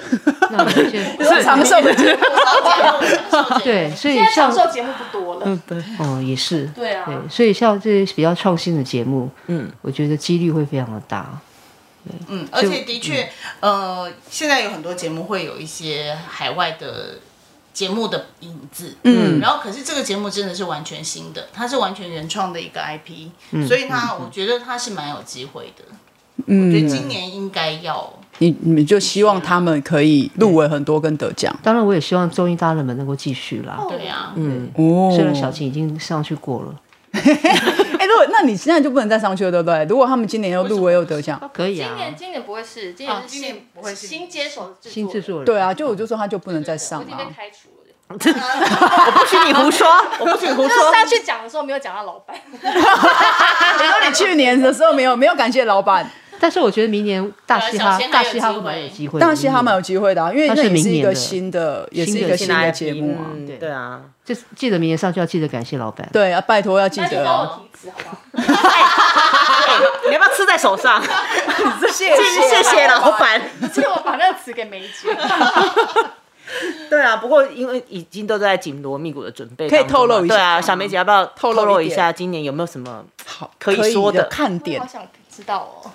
[SPEAKER 3] 那有一些
[SPEAKER 2] 长寿的节目
[SPEAKER 5] 对，
[SPEAKER 3] 对，所以
[SPEAKER 4] 现在
[SPEAKER 3] 像
[SPEAKER 4] 长寿节目不多了，
[SPEAKER 1] 嗯，对，
[SPEAKER 3] 哦，也是，
[SPEAKER 4] 对啊
[SPEAKER 3] 对，所以像这些比较创新的节目，
[SPEAKER 1] 嗯，
[SPEAKER 3] 我觉得几率会非常的大。
[SPEAKER 5] 嗯，而且的确，
[SPEAKER 3] 嗯
[SPEAKER 5] 呃，现在有很多节目会有一些海外的节目的影子，嗯，然后可是这个节目真的是完全新的，它是完全原创的一个 IP，、所
[SPEAKER 3] 嗯
[SPEAKER 5] 以它、我觉得它是蛮有机会的，我觉得今年应该要，
[SPEAKER 2] 你你们就希望他们可以入围很多跟得奖
[SPEAKER 3] 当然，我也希望综艺大热门能够继续啦。
[SPEAKER 5] 对啊，
[SPEAKER 1] 嗯，
[SPEAKER 2] 哦。
[SPEAKER 3] 虽然小晴已经上去过了，
[SPEAKER 2] 哎，如果那你现在就不能再上去了，对不对？如果他们今年又入围又得奖，
[SPEAKER 3] 可以
[SPEAKER 4] 今
[SPEAKER 3] 啊。
[SPEAKER 4] 年今年不会是，今年
[SPEAKER 5] 啊
[SPEAKER 4] 是
[SPEAKER 5] 今年
[SPEAKER 4] 新
[SPEAKER 5] 不会是
[SPEAKER 4] 新接手制
[SPEAKER 3] 新制作人
[SPEAKER 2] 对啊，就我就说他就不能
[SPEAKER 4] 对
[SPEAKER 2] 再
[SPEAKER 4] 我
[SPEAKER 2] 上啊
[SPEAKER 4] 已经被
[SPEAKER 2] 了。
[SPEAKER 4] 开除了。
[SPEAKER 1] 我不许你胡说，我不许你胡
[SPEAKER 4] 就
[SPEAKER 1] 说
[SPEAKER 4] 是。上去讲的时候没有讲到老板，
[SPEAKER 2] 你说你去年的时候没有没有感谢老板，
[SPEAKER 3] 但是我觉得明年大嘻
[SPEAKER 5] 小
[SPEAKER 3] 哈
[SPEAKER 5] 鲜还
[SPEAKER 3] 大
[SPEAKER 5] 有
[SPEAKER 3] 嘻哈
[SPEAKER 5] 机
[SPEAKER 3] 会蛮有
[SPEAKER 5] 会
[SPEAKER 3] 机会的，
[SPEAKER 2] 当然嘻哈蛮有机会的啊，因为
[SPEAKER 3] 那
[SPEAKER 2] 那
[SPEAKER 3] 是
[SPEAKER 2] 也是
[SPEAKER 3] 明
[SPEAKER 2] 一
[SPEAKER 3] 年
[SPEAKER 2] 个
[SPEAKER 3] 的
[SPEAKER 2] 新的，也是一
[SPEAKER 3] 新
[SPEAKER 2] 个
[SPEAKER 3] 的
[SPEAKER 2] 新
[SPEAKER 1] 新的
[SPEAKER 2] 的
[SPEAKER 1] IP
[SPEAKER 2] 节目啊。
[SPEAKER 1] 嗯对啊，
[SPEAKER 3] 就记得明年上去要记得感谢老板。
[SPEAKER 2] 对啊，拜托要记
[SPEAKER 4] 那就
[SPEAKER 2] 得
[SPEAKER 4] 帮
[SPEAKER 2] 哦。
[SPEAKER 4] 我提词好不好？
[SPEAKER 1] 哎你要不要吃在手上？谢
[SPEAKER 2] 谢
[SPEAKER 1] 啊谢老板。
[SPEAKER 4] 结果把那个词给梅姐，
[SPEAKER 1] 对啊，不过因为已经都在紧锣密鼓的准备
[SPEAKER 2] 可以
[SPEAKER 1] 当中嘛，
[SPEAKER 2] 透露一下
[SPEAKER 1] 对啊，小梅姐要不要透
[SPEAKER 2] 露一
[SPEAKER 1] 露一
[SPEAKER 2] 点
[SPEAKER 1] 下今年有没有什么？
[SPEAKER 2] 好，
[SPEAKER 1] 可以
[SPEAKER 2] 以
[SPEAKER 1] 说的
[SPEAKER 2] 的看
[SPEAKER 4] 我
[SPEAKER 2] 点
[SPEAKER 4] 好想知道哦。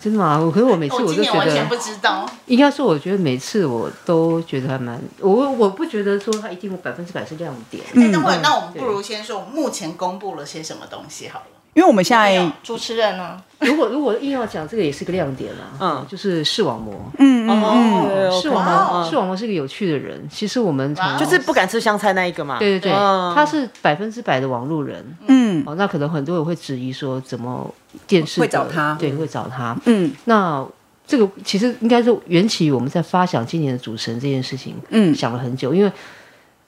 [SPEAKER 3] 真的吗？我可是我每次
[SPEAKER 5] 哦我
[SPEAKER 3] 我
[SPEAKER 5] 今
[SPEAKER 3] 都
[SPEAKER 5] 年
[SPEAKER 3] 觉
[SPEAKER 5] 完全
[SPEAKER 3] 得，
[SPEAKER 5] 不知道，
[SPEAKER 3] 应该说我觉得每次我都觉得还蛮，我我不觉得说它一定会百分之百是亮 点。
[SPEAKER 5] 哎、等会儿那我们不如先说我们目前公布了些什么东西好了。
[SPEAKER 2] 因为我们现在
[SPEAKER 4] 主持人啊呢？
[SPEAKER 3] 如果如果硬要讲，这个也是个亮点啦。
[SPEAKER 1] 嗯
[SPEAKER 3] 就是视网膜，
[SPEAKER 2] 嗯嗯
[SPEAKER 1] 哦
[SPEAKER 3] 视网
[SPEAKER 5] 哇
[SPEAKER 3] 膜，
[SPEAKER 5] 哦
[SPEAKER 3] 视网膜是个有趣的人。其实我们从
[SPEAKER 5] 哇哦
[SPEAKER 1] 就是不敢吃香菜那一个嘛。
[SPEAKER 3] 对对对，
[SPEAKER 1] 嗯
[SPEAKER 3] 他是百分之百的网路人。
[SPEAKER 2] 嗯
[SPEAKER 3] 哦，那可能很多人会质疑说，怎么电视
[SPEAKER 2] 会
[SPEAKER 3] 的
[SPEAKER 2] 找他
[SPEAKER 3] 对，会找他。
[SPEAKER 2] 嗯
[SPEAKER 3] 那这个其实应该是缘起于我们在发想今年的主持人这件事情，
[SPEAKER 2] 嗯
[SPEAKER 3] 想了很久，因为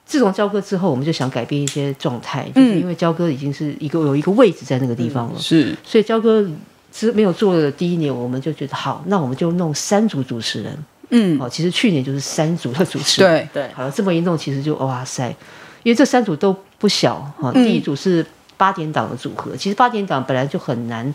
[SPEAKER 3] 自从交割之后，我们就想改变一些状态，
[SPEAKER 2] 嗯
[SPEAKER 3] 就是因为交割已经是一个有一个位置在那个地方了，
[SPEAKER 2] 是
[SPEAKER 3] 所以交割之没有做的第一年，我们就觉得好，那我们就弄三组主持人。
[SPEAKER 2] 嗯
[SPEAKER 3] 哦，其实去年就是三组的主持人，
[SPEAKER 2] 对
[SPEAKER 1] 对，
[SPEAKER 3] 好了，这么一弄，其实就哇塞，因为这三组都不小哈、
[SPEAKER 2] 嗯
[SPEAKER 3] 第一组是八点档的组合，其实八点档本来就很难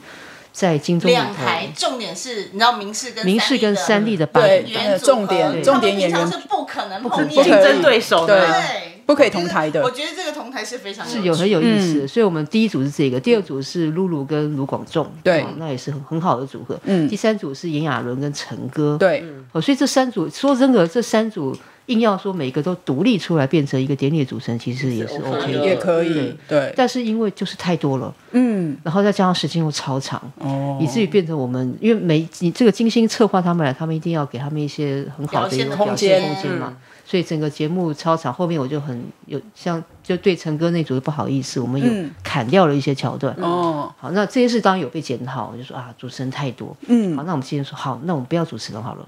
[SPEAKER 3] 在金钟舞
[SPEAKER 5] 两
[SPEAKER 3] 台
[SPEAKER 5] 台，重点是你知道明视跟
[SPEAKER 3] 明视跟
[SPEAKER 5] 三
[SPEAKER 3] 三
[SPEAKER 5] 立
[SPEAKER 3] 立
[SPEAKER 5] 的
[SPEAKER 3] 的八点
[SPEAKER 2] 对
[SPEAKER 3] 档，
[SPEAKER 5] 原
[SPEAKER 2] 呃
[SPEAKER 5] 组
[SPEAKER 2] 重
[SPEAKER 5] 合
[SPEAKER 2] 点
[SPEAKER 5] 他们
[SPEAKER 2] 重点演
[SPEAKER 5] 平常
[SPEAKER 2] 员
[SPEAKER 5] 是不可能
[SPEAKER 3] 不可
[SPEAKER 5] 碰
[SPEAKER 3] 能
[SPEAKER 5] 面
[SPEAKER 1] 竞
[SPEAKER 5] 的，
[SPEAKER 1] 争对手
[SPEAKER 2] 对
[SPEAKER 1] 呢？
[SPEAKER 5] 对，
[SPEAKER 2] 不可以同台的
[SPEAKER 5] 我觉得我觉得这个同台是非常
[SPEAKER 3] 是有很有
[SPEAKER 5] 趣
[SPEAKER 3] 意
[SPEAKER 2] 嗯
[SPEAKER 3] 思的。所以我们第一组是这个，第二组是露露跟卢广仲，
[SPEAKER 2] 对
[SPEAKER 3] 哦那也是很很好的组合。
[SPEAKER 2] 嗯
[SPEAKER 3] 第三组是炎亚纶跟陈哥，
[SPEAKER 2] 对
[SPEAKER 3] 哦，所以这三组说真的，这三组硬要说每个都独立出来变成一个典礼的主持人，其实也是 OK 的，
[SPEAKER 2] 也可以对
[SPEAKER 3] 但是因为就是太多了，
[SPEAKER 2] 嗯
[SPEAKER 3] 然后再加上时间又超长，
[SPEAKER 2] 哦
[SPEAKER 3] 以至于变成我们，因为每你这个精心策划他们来，他们一定要给他们一些很好的一个表
[SPEAKER 5] 表现
[SPEAKER 3] 现
[SPEAKER 5] 的空间
[SPEAKER 3] 空间嘛。所以整个节目超长，后面我就很有像就对陈哥那组就不好意思，我们有
[SPEAKER 2] 嗯
[SPEAKER 3] 砍掉了一些桥段。
[SPEAKER 2] 哦
[SPEAKER 3] 好，那这件事当然有被检讨，我就说啊，主持人太多。
[SPEAKER 2] 嗯
[SPEAKER 3] 好，那我们今天说好，那我们不要主持人好了。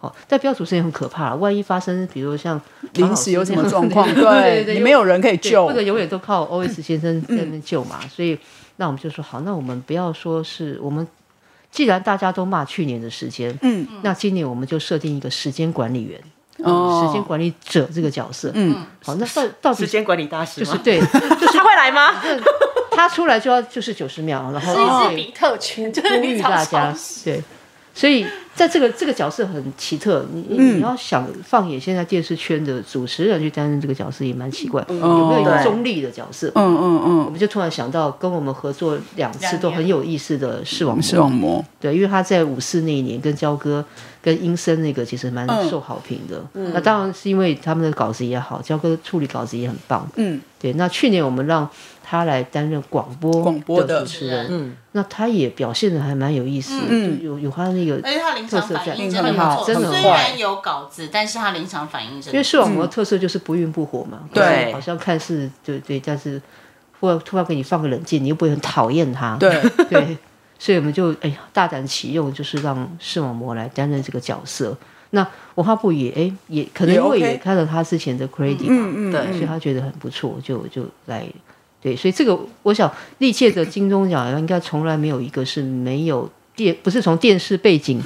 [SPEAKER 3] 好，但不要主持人也很可怕，啊万一发生比如说像唐
[SPEAKER 2] 临
[SPEAKER 3] 老
[SPEAKER 2] 时
[SPEAKER 3] 师
[SPEAKER 2] 有什么
[SPEAKER 3] 那样
[SPEAKER 2] 状况，
[SPEAKER 3] 对对对，
[SPEAKER 2] 你没有人可以
[SPEAKER 3] 对
[SPEAKER 2] 救
[SPEAKER 3] 或，者永远 都靠 OS 先生在那边救嘛。所以那我们就说好，那我们不要说是我们，既然大家都骂去年的时间，
[SPEAKER 2] 嗯
[SPEAKER 3] 那今年我们就设定一个时间管理员、时间
[SPEAKER 2] 哦，
[SPEAKER 3] 管理者这个角色。
[SPEAKER 2] 嗯，
[SPEAKER 3] 好，那到到底
[SPEAKER 1] 时间管理大师
[SPEAKER 3] 就
[SPEAKER 1] 吗
[SPEAKER 3] 是对，就是
[SPEAKER 1] 他会来吗？
[SPEAKER 3] 他出来就要就是九十秒，然后哦
[SPEAKER 4] 是
[SPEAKER 3] 对
[SPEAKER 4] 一只比特犬，就
[SPEAKER 3] 哎 呼
[SPEAKER 4] 是
[SPEAKER 3] 吁
[SPEAKER 4] 你
[SPEAKER 3] 大
[SPEAKER 4] 常
[SPEAKER 3] 家
[SPEAKER 4] 常。
[SPEAKER 3] 对，所以在这个这个角色很奇特，你你
[SPEAKER 2] 嗯
[SPEAKER 3] 你要想放眼现在电视圈的主持人去担任这个角色也蛮奇怪，有
[SPEAKER 2] 哦
[SPEAKER 3] 没有一个
[SPEAKER 1] 对
[SPEAKER 3] 中立的角色？
[SPEAKER 2] 嗯嗯
[SPEAKER 3] 我们就突然想到跟我们合作两次都很有意思的视网
[SPEAKER 2] 嗯，
[SPEAKER 3] 膜，
[SPEAKER 2] 视网膜，
[SPEAKER 3] 对，因为他在五四那一年跟焦哥跟英森那个其实蛮
[SPEAKER 2] 嗯
[SPEAKER 3] 受好评的。那当然是因为他们的稿子也好，焦哥处理稿子也很棒。
[SPEAKER 2] 嗯，
[SPEAKER 3] 对，那去年我们让他来担任广播
[SPEAKER 2] 广播的啊
[SPEAKER 3] 的主持
[SPEAKER 5] 人
[SPEAKER 3] 人，那他也表现的还蛮有意思的，
[SPEAKER 2] 嗯
[SPEAKER 3] 就有有他那个
[SPEAKER 5] 而且他临场反应真
[SPEAKER 2] 特
[SPEAKER 5] 的
[SPEAKER 2] 色在
[SPEAKER 5] 不错，
[SPEAKER 3] 真的很好
[SPEAKER 5] 虽然有稿子，但是他临场反应真
[SPEAKER 3] 因为
[SPEAKER 5] 的。
[SPEAKER 3] 视网膜的特色就是不愠不火嘛，
[SPEAKER 2] 嗯对
[SPEAKER 3] 就是好像看似对对，但是忽然突然给你放个冷箭，你又不会很讨厌他，
[SPEAKER 2] 对，
[SPEAKER 3] 对，所以我们就哎呀大胆启用，就是让视网膜来担任这个角色。那文化部也哎也可能
[SPEAKER 2] 也
[SPEAKER 3] 因为
[SPEAKER 2] OK
[SPEAKER 3] 也看了他之前的 credit 嘛，
[SPEAKER 2] 嗯
[SPEAKER 1] 对
[SPEAKER 3] 所以他觉得很不错，就就来对，所以这个我想历届的金钟奖应该从来没有一个是没有电不是从电视背景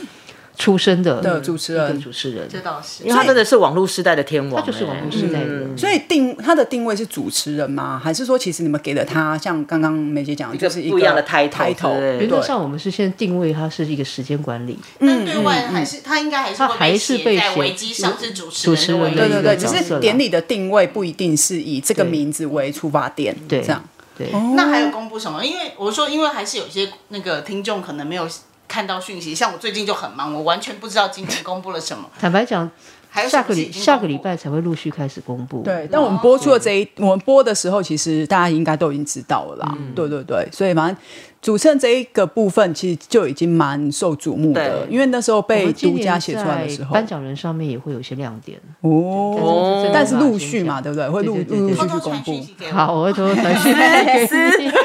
[SPEAKER 3] 出身的
[SPEAKER 2] 的主持人
[SPEAKER 3] 一个主持人，
[SPEAKER 5] 这倒是
[SPEAKER 1] 因为他真的是网络时代的天王、
[SPEAKER 3] 他就是网
[SPEAKER 1] 哎
[SPEAKER 3] 红时代的。
[SPEAKER 2] 所以定他的定位是主持人吗？还是说其实你们给了他像刚刚梅姐讲的，就是
[SPEAKER 1] 不一样的 title
[SPEAKER 2] 抬头
[SPEAKER 1] 之类的
[SPEAKER 2] 对
[SPEAKER 3] 原则哎上，我们是先定位它是一个时间管理，
[SPEAKER 5] 但对外还是他应该还是
[SPEAKER 3] 嗯他还是
[SPEAKER 5] 写
[SPEAKER 3] 被
[SPEAKER 5] 在
[SPEAKER 3] 写
[SPEAKER 5] 维基上是主持
[SPEAKER 3] 主
[SPEAKER 5] 人
[SPEAKER 3] 持
[SPEAKER 5] 的位
[SPEAKER 3] 人
[SPEAKER 5] 置，
[SPEAKER 2] 对
[SPEAKER 3] 的一
[SPEAKER 2] 对
[SPEAKER 3] 个
[SPEAKER 2] 对，
[SPEAKER 3] 角
[SPEAKER 2] 只
[SPEAKER 3] 色
[SPEAKER 2] 是
[SPEAKER 3] 啦
[SPEAKER 2] 典礼的定位不一定是以这个
[SPEAKER 3] 对
[SPEAKER 2] 名字为出发点，
[SPEAKER 3] 对
[SPEAKER 2] 这样。哦
[SPEAKER 3] 对，
[SPEAKER 5] 那还有公布什么？因为我说，因为还是有些那个听众可能没有看到讯息，像我最近就很忙，我完全不知道今天公布了 什么。
[SPEAKER 3] 坦白讲，
[SPEAKER 5] 还有什
[SPEAKER 3] 下
[SPEAKER 5] 么
[SPEAKER 3] 个
[SPEAKER 5] 事
[SPEAKER 3] 礼
[SPEAKER 5] 情
[SPEAKER 3] 下个
[SPEAKER 5] 公
[SPEAKER 3] 礼
[SPEAKER 5] 布
[SPEAKER 3] 拜才会陆续开始公布。
[SPEAKER 2] 对，但我们播出的这一，我们播的时候，其实大家应该都已经知道了啦。对对对，所以反正主持人这一个部分，其实就已经蛮受瞩目的，
[SPEAKER 1] 对
[SPEAKER 2] 因为那时候
[SPEAKER 3] 我
[SPEAKER 2] 被
[SPEAKER 3] 们今
[SPEAKER 2] 独
[SPEAKER 3] 年
[SPEAKER 2] 家写出来的时
[SPEAKER 3] 在
[SPEAKER 2] 候，
[SPEAKER 3] 颁奖人上面也会有一些亮点，
[SPEAKER 2] 哦，
[SPEAKER 3] 哦
[SPEAKER 2] 但是陆续嘛，对不对？会陆
[SPEAKER 3] 对对对
[SPEAKER 2] 陆陆
[SPEAKER 3] 对
[SPEAKER 2] 续
[SPEAKER 5] 偷
[SPEAKER 2] 去
[SPEAKER 5] 偷
[SPEAKER 2] 公
[SPEAKER 5] 传
[SPEAKER 2] 布
[SPEAKER 5] 讯。息给我。
[SPEAKER 3] 好，我会偷偷传讯 给你。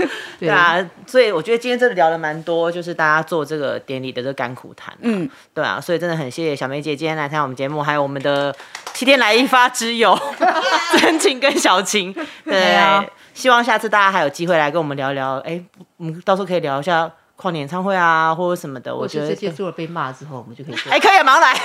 [SPEAKER 3] 对
[SPEAKER 1] 对，啊，所以我觉得今天真的聊了蛮多，就是大家做这个典礼的这个甘苦谈、嗯，对啊，所以真的很谢谢小梅姐今天来参加我们节目，还有我们的七天来一发之 友真情跟小晴，对、
[SPEAKER 3] 啊
[SPEAKER 1] 希望下次大家还有机会来跟我们聊聊，哎，我们到时候可以聊一下跨年演唱会啊，或者什么的，我
[SPEAKER 3] 我
[SPEAKER 1] 觉
[SPEAKER 2] 哦
[SPEAKER 3] 觉得
[SPEAKER 1] 得
[SPEAKER 3] 这件做了被骂之后，我们就可以做
[SPEAKER 1] 哎，可以，忙来。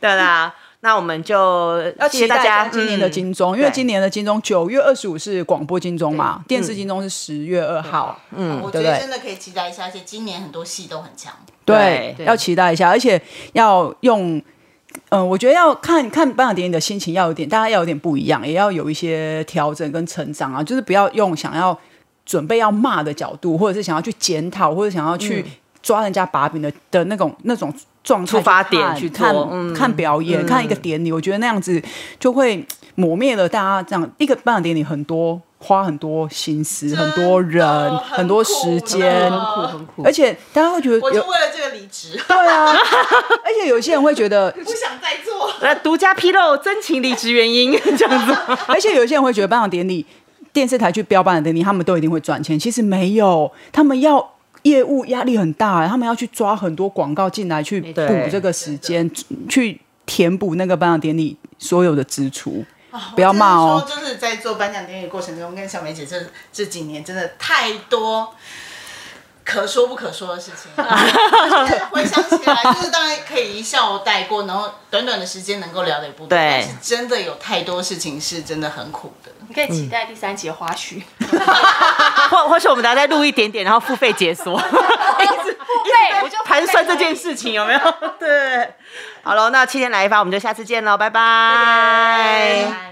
[SPEAKER 1] 对啦，那我们就
[SPEAKER 2] 要
[SPEAKER 1] 谢
[SPEAKER 2] 期
[SPEAKER 1] 谢
[SPEAKER 2] 待
[SPEAKER 1] 大
[SPEAKER 2] 一下
[SPEAKER 1] 家
[SPEAKER 2] 今年的
[SPEAKER 1] 嗯
[SPEAKER 2] 金钟，因为
[SPEAKER 1] 对
[SPEAKER 2] 今年的金钟九月二十五是广播金钟嘛，电视金钟是十月二号。
[SPEAKER 5] 我
[SPEAKER 2] 对不对
[SPEAKER 5] 觉得真的可以期待一下，而且今年很多戏都很强。
[SPEAKER 2] 对，
[SPEAKER 3] 对
[SPEAKER 2] 要期待一下，而且要用，呃，我觉得要看看颁奖典礼的心情要有点，大家要有点不一样，也要有一些调整跟成长啊，就是不要用想要准备要骂的角度，或者是想要去检讨，或者想要去抓人家把柄的的那种那种状态
[SPEAKER 1] 出发点
[SPEAKER 2] 看
[SPEAKER 1] 去做
[SPEAKER 2] 看、
[SPEAKER 1] 嗯
[SPEAKER 2] 看表演，看一个典礼，我觉得那样子就会抹灭了大家这样一个颁奖典礼很多花很多心思，很多人，
[SPEAKER 5] 很
[SPEAKER 2] 很多
[SPEAKER 5] 苦
[SPEAKER 2] 时
[SPEAKER 5] 的
[SPEAKER 2] 间
[SPEAKER 3] 很。酷很酷，
[SPEAKER 2] 而且大家会觉得
[SPEAKER 5] 我
[SPEAKER 2] 有
[SPEAKER 5] 就为了这个离职，
[SPEAKER 2] 对啊，而且有些人会觉得，
[SPEAKER 5] 不想再做了。
[SPEAKER 1] 那独家披露真情离职原因，这样子。
[SPEAKER 2] 而且有些人会觉得颁奖典礼，电视台去标颁奖典礼，他们都一定会赚钱。其实没有，他们要业务压力很大，他们要去抓很多广告进来去补
[SPEAKER 1] 错
[SPEAKER 2] 这个时间，去填补那个颁奖典礼所有的支出。不 要骂哦
[SPEAKER 5] 我只能说就是在做颁奖典礼过程中，跟小梅姐这这几年真的太多可说不可说的事 情。就是回想起来，就是当然可以一笑带过，然后短短的时间能够聊的也不多，
[SPEAKER 1] 对
[SPEAKER 5] 但是真的有太多事情是真的很苦的。
[SPEAKER 4] 你可以期待第三集的花絮，
[SPEAKER 1] 或或是我们大家再录一点点，然后付费解锁， 一直
[SPEAKER 4] 对，我就
[SPEAKER 1] 盘算这件事情有 没有？对，好了，那七天来一发，我们就下次见喽，拜拜
[SPEAKER 5] 拜